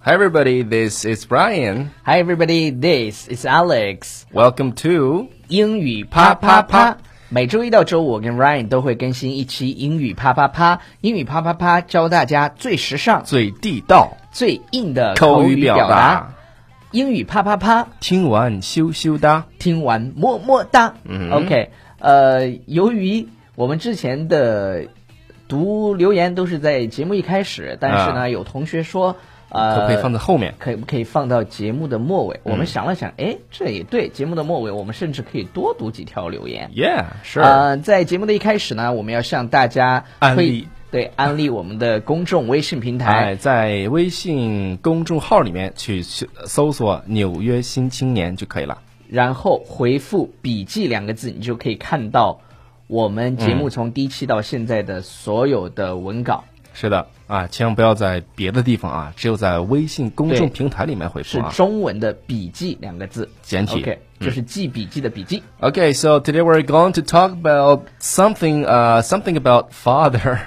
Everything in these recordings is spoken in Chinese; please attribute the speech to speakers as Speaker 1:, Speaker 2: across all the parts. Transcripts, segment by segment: Speaker 1: Hi, everybody. This is Brian.
Speaker 2: Hi everybody, this is Alex。
Speaker 1: Welcome to
Speaker 2: 英语啪
Speaker 1: 啪
Speaker 2: 啪啪。每周一到周五，我跟 Ryan 都会更新一期英语啪啪啪。英语啪啪啪教大家最时尚、
Speaker 1: 最地道
Speaker 2: 最硬的
Speaker 1: 口
Speaker 2: 语
Speaker 1: 语表
Speaker 2: 达
Speaker 1: 达。。
Speaker 2: 英语啪啪啪，
Speaker 1: 听完羞羞哒。
Speaker 2: 听完么么哒。OK，呃，由于我们之前的读留言都是在节目一开始，但是呢，
Speaker 1: 啊
Speaker 2: 有同学说，呃，
Speaker 1: 可不可以放在后面？
Speaker 2: 可以不可以放到节目的末
Speaker 1: 嗯
Speaker 2: 尾？我们想了想，哎，这也对。节目的末尾，我们甚至可以多读几条留言。
Speaker 1: Yeah, sure.
Speaker 2: 呃，在节目的一开始呢，我们要向大家
Speaker 1: 安
Speaker 2: 推
Speaker 1: 利
Speaker 2: 对安利我们的公众微信平台。
Speaker 1: 哎，在微信公众号里面去去搜索“纽约新青年”就可以了。
Speaker 2: 然后回复“笔记”两个字，你就可以看到我们节
Speaker 1: 嗯
Speaker 2: 目从第一期到现在的所有的文稿。
Speaker 1: 是的啊，千万不要在别的地方啊，只有在微信公众
Speaker 2: 对
Speaker 1: 平台里面回复
Speaker 2: 是
Speaker 1: 啊。
Speaker 2: 中文的“笔记”两个字，
Speaker 1: 简体嗯
Speaker 2: OK，就是记笔记的笔记。
Speaker 1: Okay, so today we're going to talk about something, uh, something about father.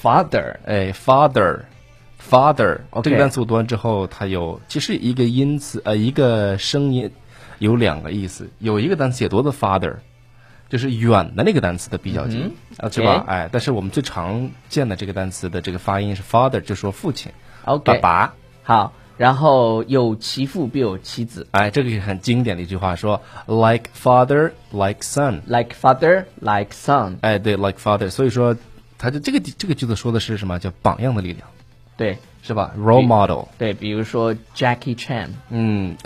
Speaker 2: Father，
Speaker 1: 哎，father。Father
Speaker 2: OK
Speaker 1: 这个单词读完之后，它有其实一个音词，呃，一个声音有两个意思。有一个单词也读的 father，就是远的那个单词的比较级，
Speaker 2: 嗯 OK
Speaker 1: 对吧？哎，但是我们最常见的这个单词的这个发音是 father，就说父亲
Speaker 2: OK
Speaker 1: 爸爸。
Speaker 2: 好，然后有其父必有其子
Speaker 1: 哎，这个是很经典的一句话，说 like father, like son。
Speaker 2: ，like father like son。
Speaker 1: 哎，对，like father，所以说，他就这个这个句子说的是什么？叫榜样的力量，
Speaker 2: 对
Speaker 1: 是吧？Role model。
Speaker 2: 对，比如说 Jackie Chan。
Speaker 1: 嗯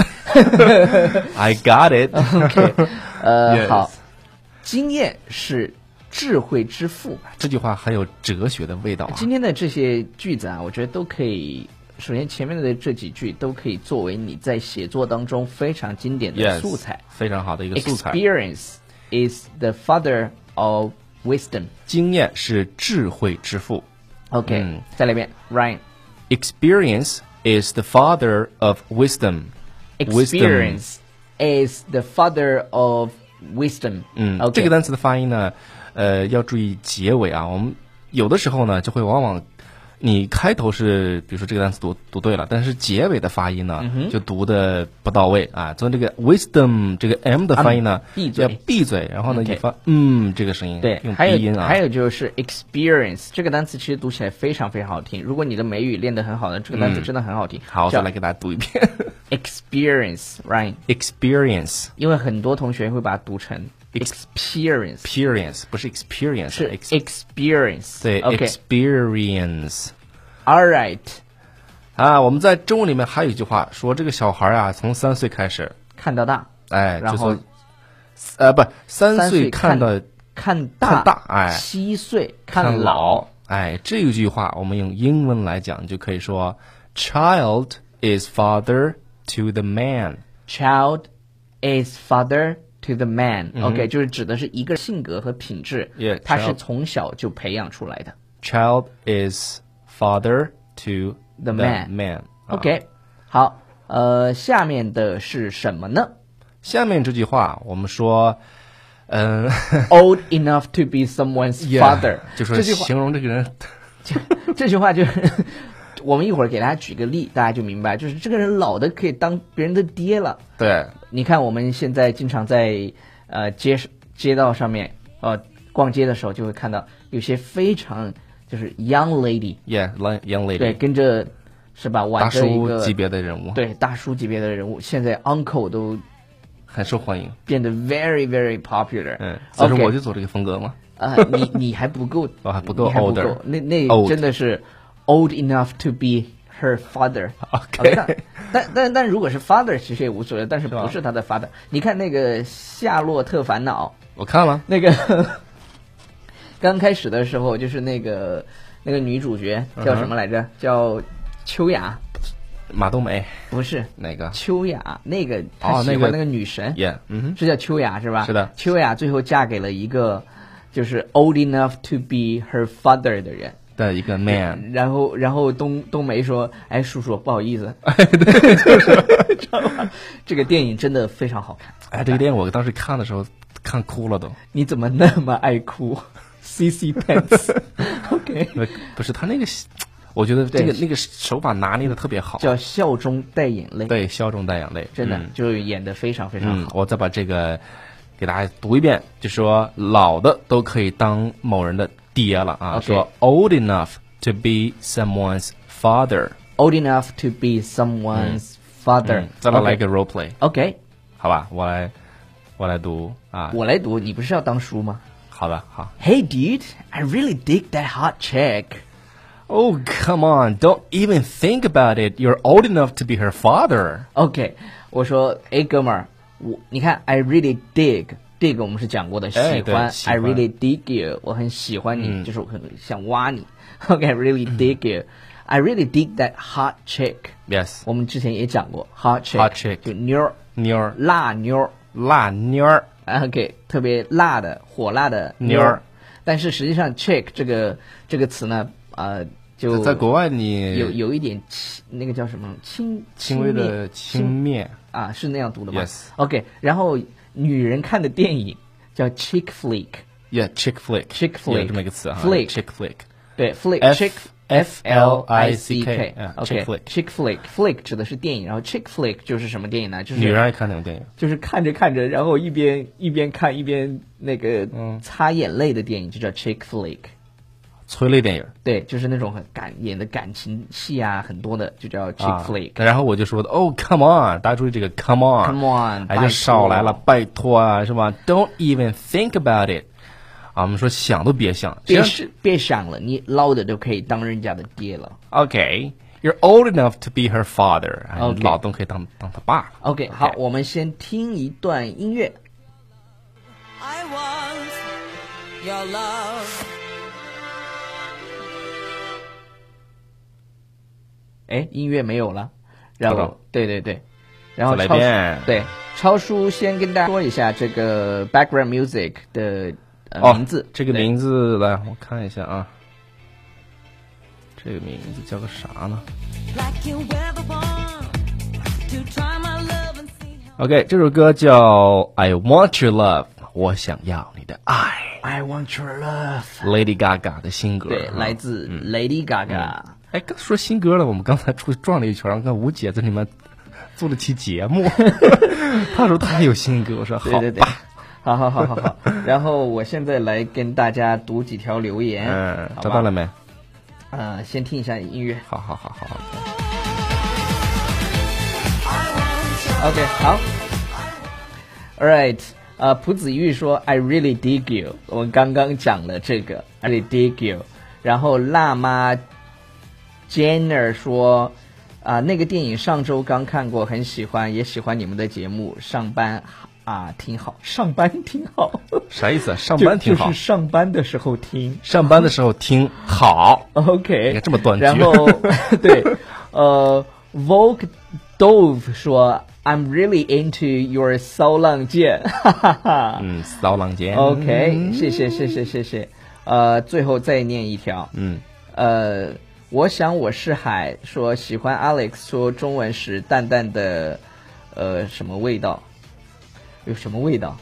Speaker 1: ，I got it。
Speaker 2: OK，呃
Speaker 1: Yes
Speaker 2: 好，经验是智慧之父。
Speaker 1: 这句话很有哲学的味道啊。
Speaker 2: 今天的这些句子啊，我觉得都可以。首先，前面的这几句都可以作为你在写作当中非常经典的
Speaker 1: Yes，
Speaker 2: 素材。
Speaker 1: 非常好的一个素材。
Speaker 2: Experience is the father of wisdom。
Speaker 1: 经验是智慧之父。
Speaker 2: OK，、
Speaker 1: 嗯
Speaker 2: 再来一遍，Ryan。
Speaker 1: Experience is the father of wisdom. Wisdom
Speaker 2: Experience is the father of wisdom。
Speaker 1: 嗯
Speaker 2: o k
Speaker 1: 这个单词的发音呢，呃，要注意结尾啊。我们有的时候呢，就会往往你开头是，比如说这个单词读读对了，但是结尾的发音
Speaker 2: 嗯
Speaker 1: 呢，就读的不到位啊。所以这个 wisdom 这个 m 的发音呢，
Speaker 2: 嗯闭嘴
Speaker 1: 要闭嘴，然后呢，
Speaker 2: OK
Speaker 1: 你发嗯这个声音，
Speaker 2: 对，
Speaker 1: 用
Speaker 2: 还有
Speaker 1: 鼻音啊
Speaker 2: 还。有就是 experience 这个单词，其实读起来非常非常好听。如果你的美语练得很好的，这个单词真的很好听。
Speaker 1: 嗯好，再
Speaker 2: 叫
Speaker 1: 来给大家读一遍
Speaker 2: experience，right？
Speaker 1: experience。
Speaker 2: 因为很多同学会把它读成 experience，
Speaker 1: experience 不是 experience，
Speaker 2: 是
Speaker 1: ex-
Speaker 2: experience。
Speaker 1: 对
Speaker 2: OK，
Speaker 1: experience。
Speaker 2: all right，
Speaker 1: 啊，我们在中文里面还有一句话说，这个小孩啊，从三岁开始，
Speaker 2: 看到大，
Speaker 1: 哎，
Speaker 2: 然
Speaker 1: 就
Speaker 2: 后
Speaker 1: 说，呃，不，三
Speaker 2: 三
Speaker 1: 岁
Speaker 2: 岁
Speaker 1: 看到
Speaker 2: 看
Speaker 1: 看
Speaker 2: 大，
Speaker 1: 大哎
Speaker 2: 七岁
Speaker 1: 看
Speaker 2: 看老。，
Speaker 1: 哎，这一句话我们用英文来讲，就可以说，child is father to the man。
Speaker 2: Child is father to the man。OK，就是指的是一个性格和品质
Speaker 1: 嗯 Yeah，
Speaker 2: 他是
Speaker 1: child
Speaker 2: 从小就培养出来的。
Speaker 1: Child is father to
Speaker 2: The man 哦
Speaker 1: man 啊
Speaker 2: OK，好，呃，下面的是什么呢
Speaker 1: 下面这句话我们说， 嗯、
Speaker 2: ？Old enough to be someone's father，
Speaker 1: 就说
Speaker 2: 这句话，
Speaker 1: 形容这个人，
Speaker 2: 这句话就是我们一会儿给大家举个例，大家就明白，就是这个人老的可以当别人的爹了。
Speaker 1: 对，
Speaker 2: 你看我们现在经常在呃街上街道上面呃逛街的时候，就会看到有些非常就是 young lady，
Speaker 1: Yeah, li- young lady，
Speaker 2: 对，跟着是吧，
Speaker 1: 大
Speaker 2: 挽着一
Speaker 1: 叔
Speaker 2: 个
Speaker 1: 级别的人物，，
Speaker 2: 对大叔级别的人物，现在 uncle 都
Speaker 1: 很受欢迎。
Speaker 2: 变得 very very popular。
Speaker 1: 嗯，所以
Speaker 2: OK，
Speaker 1: 说我就走这个风格嘛。
Speaker 2: 啊，你你还
Speaker 1: ，
Speaker 2: 不够
Speaker 1: 我还不够
Speaker 2: 你还不
Speaker 1: older
Speaker 2: 够那那
Speaker 1: Old
Speaker 2: 真的是 old enough to be her father。
Speaker 1: OK
Speaker 2: 但但但但如果是 father 其实也无所谓，但是不是他的 father。你看那个《夏洛特烦恼》，
Speaker 1: 我看了，
Speaker 2: 那个刚开始的时候就是那个那个女主角
Speaker 1: 嗯
Speaker 2: 叫什么来着？叫秋雅，
Speaker 1: 马冬梅
Speaker 2: 不是
Speaker 1: 哪个
Speaker 2: 秋雅，那个
Speaker 1: 哦
Speaker 2: 她喜
Speaker 1: 那个
Speaker 2: 欢那个女神。
Speaker 1: ？Yeah，嗯哼，
Speaker 2: 是叫秋雅是吧？
Speaker 1: 是的
Speaker 2: 秋雅最后嫁给了一个就是 old enough to be her father 的人。
Speaker 1: 的一个 man，
Speaker 2: 然后，然后冬冬梅说：“哎，叔叔，不好 意思。”哎，对， 就是，知道吗？这个电影真的非常好看。
Speaker 1: 哎，这个电影我当时看的时候看哭了都。
Speaker 2: 你怎么那么爱哭？C C Pants，OK，
Speaker 1: 那不是他那个我觉得这个
Speaker 2: 对
Speaker 1: 那个手法拿捏的特别好，
Speaker 2: 叫笑中带眼泪，
Speaker 1: 对，笑中带眼泪，
Speaker 2: 真的
Speaker 1: 嗯
Speaker 2: 就演得非常非常
Speaker 1: 嗯，
Speaker 2: 好。
Speaker 1: 我再把这个给大家读一遍，就说老的都可以当某人的爹了啊
Speaker 2: OK
Speaker 1: 说 old enough to be someone's father，
Speaker 2: Old enough to be someone's father，
Speaker 1: 嗯咱们来个 role play，
Speaker 2: OK，
Speaker 1: 好吧？我来，我来读啊，
Speaker 2: 我来读，你不是要当叔吗
Speaker 1: 好吧，好。
Speaker 2: ？Hey dude, I really dig that hot chick.
Speaker 1: Oh come on, don't even think about it. You're old enough to be her father.
Speaker 2: OK，我说，哎，哥们儿，我你看，I really dig dig，我们是讲过的，喜
Speaker 1: 哎对
Speaker 2: 欢
Speaker 1: 喜
Speaker 2: ，I
Speaker 1: 欢嗯
Speaker 2: really dig you，我很喜欢你，就是我很想挖你。OK，I really dig you，I really dig that hot chick。
Speaker 1: Yes，
Speaker 2: 我们之前也讲过，hot chick，
Speaker 1: Hot chick
Speaker 2: 就妞儿，
Speaker 1: 妞儿，
Speaker 2: 辣妞儿。
Speaker 1: 辣妞儿，
Speaker 2: OK，特别辣的、火辣的
Speaker 1: 妞儿
Speaker 2: 儿。但是实际上，chick 这个这个词呢，呃，就
Speaker 1: 在国外你
Speaker 2: 有有一点轻，那个叫什么轻
Speaker 1: 轻微的
Speaker 2: 蔑
Speaker 1: 轻蔑。
Speaker 2: 啊，是那样读的吗
Speaker 1: Yes
Speaker 2: ？OK，然后女人看的电影叫 chick flick，
Speaker 1: Yeah，chick flick，chick
Speaker 2: flick
Speaker 1: 有这么一个词啊
Speaker 2: flick
Speaker 1: ，chick flick。
Speaker 2: 对，flick
Speaker 1: F-
Speaker 2: chick
Speaker 1: F L I C K，嗯
Speaker 2: K，OK，chick
Speaker 1: chick flick
Speaker 2: flick flick 指的是电影，然后 chick flick 就是什么电影呢？就是
Speaker 1: 女人爱看那种电影。
Speaker 2: 就是看着看着，然后一边一边看一边那个
Speaker 1: 嗯
Speaker 2: 擦眼泪的电影，就叫 chick flick。
Speaker 1: 催泪电影
Speaker 2: 对，就是那种很感演的感情戏啊，很多的就叫 chick
Speaker 1: 啊
Speaker 2: flick。
Speaker 1: 然后我就说的哦，come on，大家注意这个 come on，
Speaker 2: Come on，
Speaker 1: 哎，
Speaker 2: 拜托
Speaker 1: 就少来了，拜托啊，是吧？Don't even think about it，啊，我们说想都别想，
Speaker 2: 别
Speaker 1: 谁
Speaker 2: 是别想了，你捞的都可以当人家的爹了。
Speaker 1: 让 OK。You're old enough to be her father，哎
Speaker 2: OK
Speaker 1: 老东可以当当他爸了。
Speaker 2: OK，好，我们先听一段音乐。
Speaker 3: I want your love.
Speaker 2: 哎，音乐没有了，然
Speaker 1: 不
Speaker 2: 后
Speaker 1: 懂
Speaker 2: 对对对，然后
Speaker 1: 再来一
Speaker 2: 超
Speaker 1: 遍
Speaker 2: 对超叔先跟大家说一下这个 background music 的、呃
Speaker 1: 哦，
Speaker 2: 名字，
Speaker 1: 这个
Speaker 2: 对
Speaker 1: 名字来，我看一下啊，这个名字叫个啥呢？
Speaker 3: Like you were the one to try my love and see how.
Speaker 1: OK，这首歌叫《I Want Your Love》，我想要你的爱
Speaker 2: I want your love，
Speaker 1: ，Lady Gaga 的新歌。
Speaker 2: 对，
Speaker 1: 啊
Speaker 2: 来。自 Lady Gaga。
Speaker 1: 哎，刚说新歌了，我们刚才出去转了一圈，看吴姐在里面做了期节 目，她说她有新歌，我说好吧。
Speaker 2: 对对对， 好好好好 好。然后我现在来跟大家读几条留言，
Speaker 1: 嗯，
Speaker 2: 好吧
Speaker 1: 找到了？没？
Speaker 2: 嗯，先听一下音乐。
Speaker 1: 好好好好好。
Speaker 2: OK，好。All right，呃，朴子玉说，I really dig you。我们刚刚讲了这个，I really dig you。然后辣妈 Jenner 说，啊、那个电影上周刚看过，很喜欢，也喜欢你们的节目。上班啊、挺好，上班挺好，
Speaker 1: 啥意思啊？上班挺
Speaker 2: 就
Speaker 1: 好
Speaker 2: 就，是上班的时候听。
Speaker 1: 上班的时候听好。
Speaker 2: OK，
Speaker 1: 你看这么断句
Speaker 2: 然后 对，呃，Vogue Dove 说，I'm really into your 骚浪贱， 哈哈哈。
Speaker 1: 嗯，骚浪姐。嗯
Speaker 2: OK，谢谢谢谢谢谢。呃，最后再念一条，
Speaker 1: 嗯，
Speaker 2: 呃，我想我是海说喜欢 Alex 说中文时淡淡的，呃，什么味道？有什么味道？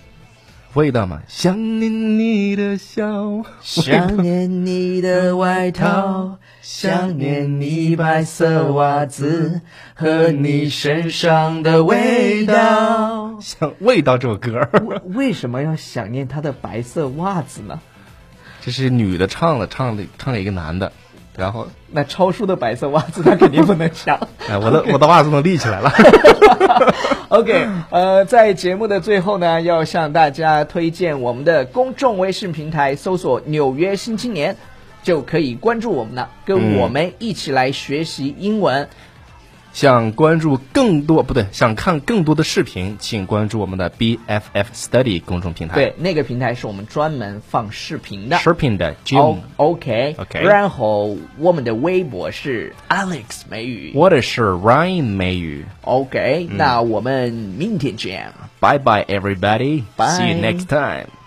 Speaker 1: 味道嘛，想念你的笑。
Speaker 2: 想念你的外套，想念你白色袜子和你身上的味道。
Speaker 1: 像味道这首歌，
Speaker 2: 为什么要想念他的白色袜子呢？
Speaker 1: 这是女的唱了，唱了唱了一个男的，然后
Speaker 2: 那超叔的白色袜子，他肯定不能想。
Speaker 1: 哎，我的我的袜子都立起来了。
Speaker 2: OK，呃，在节目的最后呢，要向大家推荐我们的公众微信平台，搜索“纽约新青年”，就可以关注我们了，跟我们一起来学习英文。
Speaker 1: 想关注更多不对，想看更多的视频，请关注我们的 BFF Study 公众平台。
Speaker 2: 对，那个平台是我们专门放视频的。
Speaker 1: 视频的
Speaker 2: O
Speaker 1: Jim，
Speaker 2: OK
Speaker 1: OK
Speaker 2: 然后我们的微博是 Alex 美语。
Speaker 1: 我嗯的是 Ryan 美语。
Speaker 2: OK，、那我们明天见。
Speaker 1: Bye bye everybody，see you
Speaker 2: Bye
Speaker 1: next time。